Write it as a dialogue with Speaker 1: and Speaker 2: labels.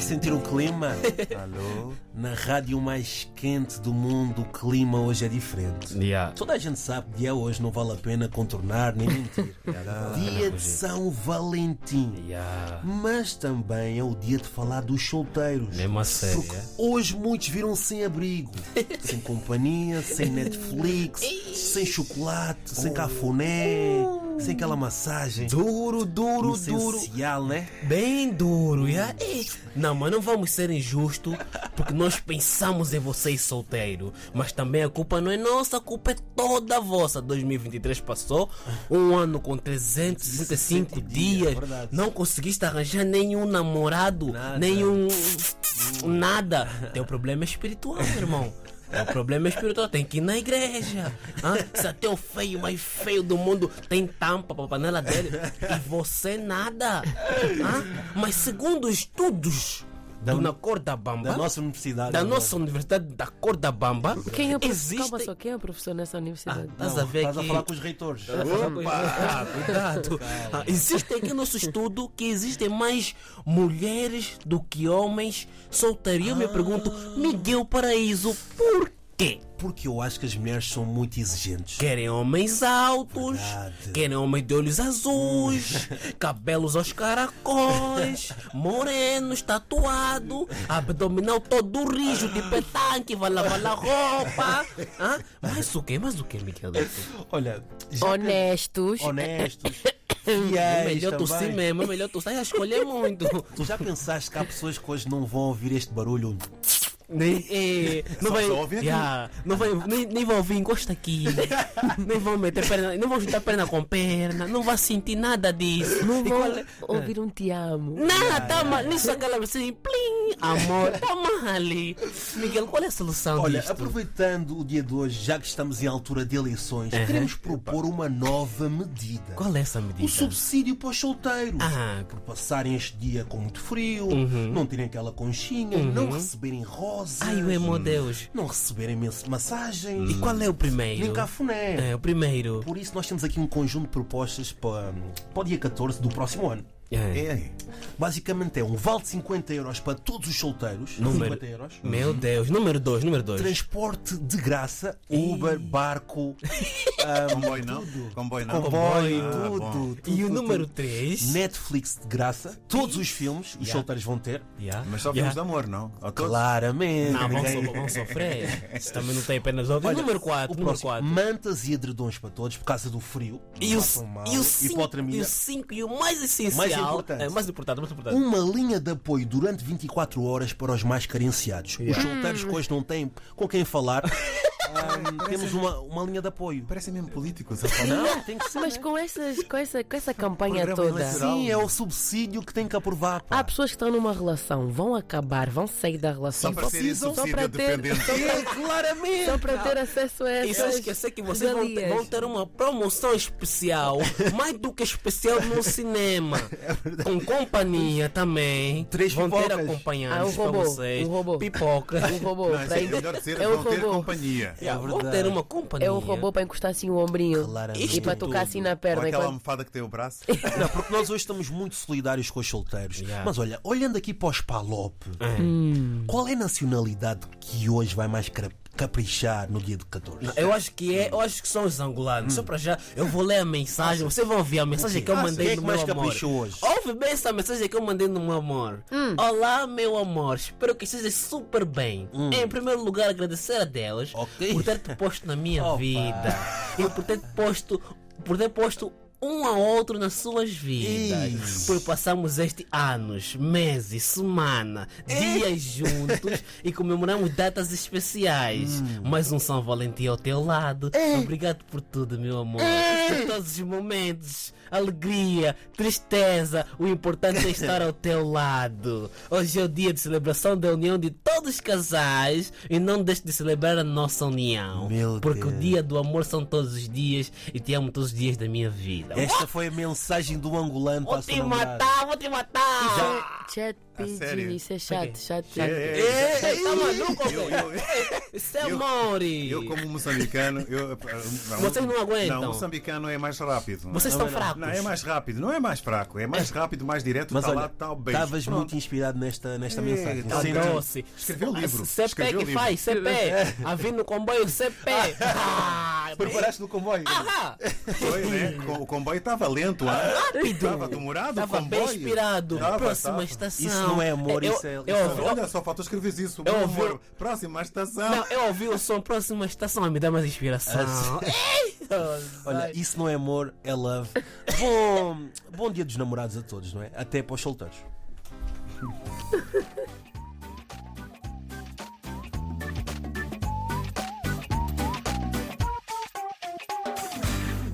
Speaker 1: sentiram o clima?
Speaker 2: Alô?
Speaker 1: Na rádio mais quente do mundo, o clima hoje é diferente.
Speaker 3: Yeah.
Speaker 1: Toda a gente sabe que dia hoje não vale a pena contornar nem mentir.
Speaker 3: é
Speaker 1: dia de São Valentim.
Speaker 3: Yeah.
Speaker 1: Mas também é o dia de falar dos solteiros.
Speaker 3: Mesmo a sério,
Speaker 1: Porque
Speaker 3: é?
Speaker 1: hoje muitos viram sem abrigo, sem companhia, sem Netflix, sem chocolate, sem cafuné, sem aquela massagem.
Speaker 3: Duro, duro,
Speaker 1: é
Speaker 3: duro.
Speaker 1: Essencial, né?
Speaker 3: Bem duro, yeah? Ei, Não, mas não vamos ser injustos, porque nós pensamos em vocês solteiros. Mas também a culpa não é nossa, a culpa é toda vossa. 2023 passou, um ano com 365
Speaker 1: dias, é
Speaker 3: dias.
Speaker 1: verdade.
Speaker 3: Não conseguiste arranjar nenhum namorado,
Speaker 1: Nada.
Speaker 3: nenhum. nada. Teu problema é espiritual, meu irmão. O problema é espiritual, tem que ir na igreja. Hã? Se até o feio mais feio do mundo tem tampa pra panela dele e você nada. Hã? Mas segundo os estudos do, na cor da bamba,
Speaker 1: Da nossa universidade.
Speaker 3: da
Speaker 1: né?
Speaker 3: nossa universidade da cor da bamba,
Speaker 4: Quem é o professor? Calma
Speaker 3: existe.
Speaker 4: só, quem é o professor nessa universidade?
Speaker 3: Ah, Estás a ver
Speaker 1: Estás a
Speaker 3: aqui?
Speaker 1: falar com os reitores.
Speaker 3: Opa, cuidado. Ah, Existem aqui no nosso estudo que existem mais mulheres do que homens solteiros. E eu me pergunto, Miguel Paraíso, por quê?
Speaker 1: Porque eu acho que as mulheres são muito exigentes.
Speaker 3: Querem homens altos,
Speaker 1: Verdade.
Speaker 3: querem homens de olhos azuis, cabelos aos caracóis, morenos, tatuado, abdominal todo rijo, de petanque, vai lavar a roupa. Ah, mas o quê? Mas o quê, Miguel?
Speaker 1: Olha, já
Speaker 4: Honestos.
Speaker 1: que- honestos.
Speaker 3: É
Speaker 1: fiéis
Speaker 3: melhor tu
Speaker 1: também.
Speaker 3: sim mesmo, é melhor tu sair a escolher muito.
Speaker 1: Tu já pensaste que há pessoas que hoje não vão ouvir este barulho? Um
Speaker 3: Nem, eh, não vai,
Speaker 2: só ouve aqui.
Speaker 3: Ya, não vai, nem, nem vai ouvir encosta aqui. nem vão meter perna, não vão juntar perna com perna, não vai sentir nada disso.
Speaker 4: Não
Speaker 3: E
Speaker 4: vão
Speaker 3: qual é-
Speaker 4: ouvir um te amo.
Speaker 3: Nada, toma, nisso aquela assim, plim, amor, toma ali. Miguel, qual é a solução
Speaker 1: Olha,
Speaker 3: disto?
Speaker 1: aproveitando o dia de hoje, já que estamos em altura de eleições, queremos propor uma nova medida.
Speaker 3: Qual é essa medida?
Speaker 1: O subsídio para os solteiros.
Speaker 3: Ah,
Speaker 1: Por passarem este dia com muito frio, não terem aquela conchinha, não receberem rosas,
Speaker 3: ai, ué, meu Deus.
Speaker 1: não receberem mens- massagem,
Speaker 3: E qual é o primeiro?
Speaker 1: nem cafuné.
Speaker 3: É, o primeiro.
Speaker 1: Por isso, nós temos aqui um conjunto de propostas para, para o dia 14 do próximo ano.
Speaker 3: É.
Speaker 1: Basicamente é um vale de 50 euros para todos os solteiros.
Speaker 3: Número-
Speaker 1: 50 euros.
Speaker 3: Meu Deus, número dois, número dois.
Speaker 1: Transporte de graça, Uber, barco,
Speaker 2: Comboio não? Comboio não?
Speaker 1: comboio,
Speaker 2: Ah,
Speaker 1: tudo,
Speaker 2: bom.
Speaker 1: tudo,
Speaker 3: E o
Speaker 1: tudo,
Speaker 3: número
Speaker 1: tudo.
Speaker 3: 3?
Speaker 1: Netflix de graça, todos os filmes, os solteiros vão ter.
Speaker 2: Mas só um filmes de amor, não? Ou todos?
Speaker 1: Claramente.
Speaker 3: Não, vão,
Speaker 1: ninguém-
Speaker 3: so- vão sofrer. Isso também não tem apenas outro.
Speaker 1: Olha,
Speaker 3: número
Speaker 1: o
Speaker 3: 4, número
Speaker 1: próximo,
Speaker 3: 4.
Speaker 1: mantas e edredons para todos por causa do frio.
Speaker 3: E o,
Speaker 1: Passam mal,
Speaker 3: e, o cinco,
Speaker 1: um hipotermia.
Speaker 3: e o cinco, e o mais essencial.
Speaker 1: Mais importante.
Speaker 3: É, mais importante, mais importante.
Speaker 4: Um,
Speaker 1: Uma linha de apoio durante 24 horas para os mais carenciados. Os solteiros que hoje não têm com quem falar. Ahm, temos uma, uma linha de apoio.
Speaker 2: Parece mesmo políticos a falar.
Speaker 1: Não, tem que ser.
Speaker 4: Mas com, essas, com, essa, com essa campanha
Speaker 2: Programa
Speaker 4: toda. Ah,
Speaker 2: eleitoral.
Speaker 1: Sim, é o subsídio que tem que aprovar. pá.
Speaker 4: Há pessoas que estão numa relação, vão acabar, vão sair da relação.
Speaker 2: Só para serem
Speaker 4: precisam- só para
Speaker 2: subsídio
Speaker 4: ter,
Speaker 2: dependente.
Speaker 1: claramente!
Speaker 4: só para ter acesso a
Speaker 3: E só
Speaker 4: essas
Speaker 3: esquecer que vocês vão ter,
Speaker 4: regalias.
Speaker 3: vão ter uma promoção especial, mais do que especial no cinema. com companhia também.
Speaker 1: É Três
Speaker 3: vão ter
Speaker 1: pipocas.
Speaker 4: Ah, o
Speaker 3: acompanhantes
Speaker 4: robô,
Speaker 3: para vocês.
Speaker 4: o robô.
Speaker 3: Pipoca.
Speaker 4: Um robô.
Speaker 2: Não, isso
Speaker 4: para
Speaker 2: é
Speaker 4: en-
Speaker 2: melhor dizer,
Speaker 4: é um
Speaker 2: vão ter
Speaker 4: robô.
Speaker 2: companhia.
Speaker 3: Yeah, vão
Speaker 1: É verdade.
Speaker 3: ter uma companhia.
Speaker 4: É um robô para encostar assim o ombrinho
Speaker 1: Claramente.
Speaker 4: e para tocar assim na
Speaker 2: Ou
Speaker 4: perna.
Speaker 2: aquela
Speaker 4: enquanto-
Speaker 2: almofada que tem o braço.
Speaker 1: Não, porque nós hoje estamos muito solidários com os solteiros.
Speaker 3: Yeah.
Speaker 1: Mas olha, olhando aqui para os Palop, qual é a nacionalidade que hoje vai mais cra- caprichar no dia de 14?
Speaker 3: Eu acho que é, eu acho que são os angolanos. Só para já, eu vou ler a mensagem, você vai ouvir a mensagem que eu
Speaker 1: Hum. Ah, sim.
Speaker 3: mandei
Speaker 1: Quem é
Speaker 3: no
Speaker 1: que
Speaker 3: meu
Speaker 1: mais
Speaker 3: amor.
Speaker 1: caprichou hoje?
Speaker 3: Ouve bem essa mensagem que eu mandei no meu amor. Olá, meu amor. Espero que esteja super bem. Em primeiro lugar, agradecer a Deus
Speaker 1: Hum. Ok.
Speaker 3: por ter te posto na minha
Speaker 1: Opa.
Speaker 3: vida e por ter te posto, por ter posto um ao outro nas suas vidas.
Speaker 1: Isso.
Speaker 3: Por passarmos este anos, meses, semana,
Speaker 1: É.
Speaker 3: dias juntos e comemoramos datas especiais.
Speaker 1: Hum.
Speaker 3: Mais um São Valentim ao teu lado.
Speaker 1: É.
Speaker 3: Obrigado por tudo, meu amor. Por todos os momentos, alegria, tristeza. O importante é estar ao teu lado. Hoje é o dia de celebração da união de todos os casais e não deixe de celebrar a nossa união.
Speaker 1: Meu
Speaker 3: porque o
Speaker 1: Deus.
Speaker 3: dia do amor são todos os dias e te amo todos os dias da minha vida. Um
Speaker 1: Esta foi a mensagem do angolano para
Speaker 3: é- Vou
Speaker 1: a
Speaker 3: te
Speaker 1: sua namorada.
Speaker 3: matar, vou te matar!
Speaker 4: Chat
Speaker 2: sério?
Speaker 4: PG, isso é chato, chato, chato.
Speaker 2: É, é,
Speaker 3: Ei, tá maluco, velho?
Speaker 2: eu- eu-
Speaker 3: Isso é
Speaker 2: Eu-
Speaker 3: Mauri.
Speaker 2: Eu, como moçambicano, eu,
Speaker 3: Vocês não aguentam.
Speaker 2: Não, o moçambicano é mais rápido.
Speaker 3: Vocês estão fracos.
Speaker 2: Não, é mais rápido, não é mais fraco, é mais rápido, mais direto,
Speaker 1: Mas
Speaker 2: tá
Speaker 1: olha,
Speaker 2: lá, tá o beijo.
Speaker 1: estavas
Speaker 2: Pronto.
Speaker 1: muito inspirado nesta, nesta
Speaker 2: É,
Speaker 1: mensagem.
Speaker 2: tá
Speaker 1: Sim,
Speaker 2: bom.
Speaker 1: sim.
Speaker 3: doce.
Speaker 2: Escreveu o livro,
Speaker 3: CP
Speaker 2: escreveu
Speaker 3: que
Speaker 2: o livro. É.
Speaker 3: faz, CP. A vir no comboio, CP. Ah,
Speaker 1: Preparaste no comboio.
Speaker 3: ah,
Speaker 2: Foi, né? Co- O comboio estava lento, ah, estava demorado o
Speaker 3: Tava
Speaker 2: comboio.
Speaker 3: bem inspirado.
Speaker 2: Tava,
Speaker 3: Próxima
Speaker 2: tava.
Speaker 3: estação.
Speaker 1: Isso não é amor, isso é-
Speaker 3: eu,
Speaker 1: isso
Speaker 3: eu,
Speaker 1: é-
Speaker 3: ouvi-
Speaker 2: Olha, só faltou escrever isso.
Speaker 3: Eu
Speaker 2: meu
Speaker 3: ouvi-
Speaker 2: amor. Próxima estação.
Speaker 3: não, eu ouvi o som, próxima estação, me dá mais
Speaker 2: É,
Speaker 3: inspiração. Ei, oh,
Speaker 1: Olha,
Speaker 3: vai.
Speaker 1: isso não é amor, é love. Bom, bom dia dos namorados a todos, não é? Até para os solteiros.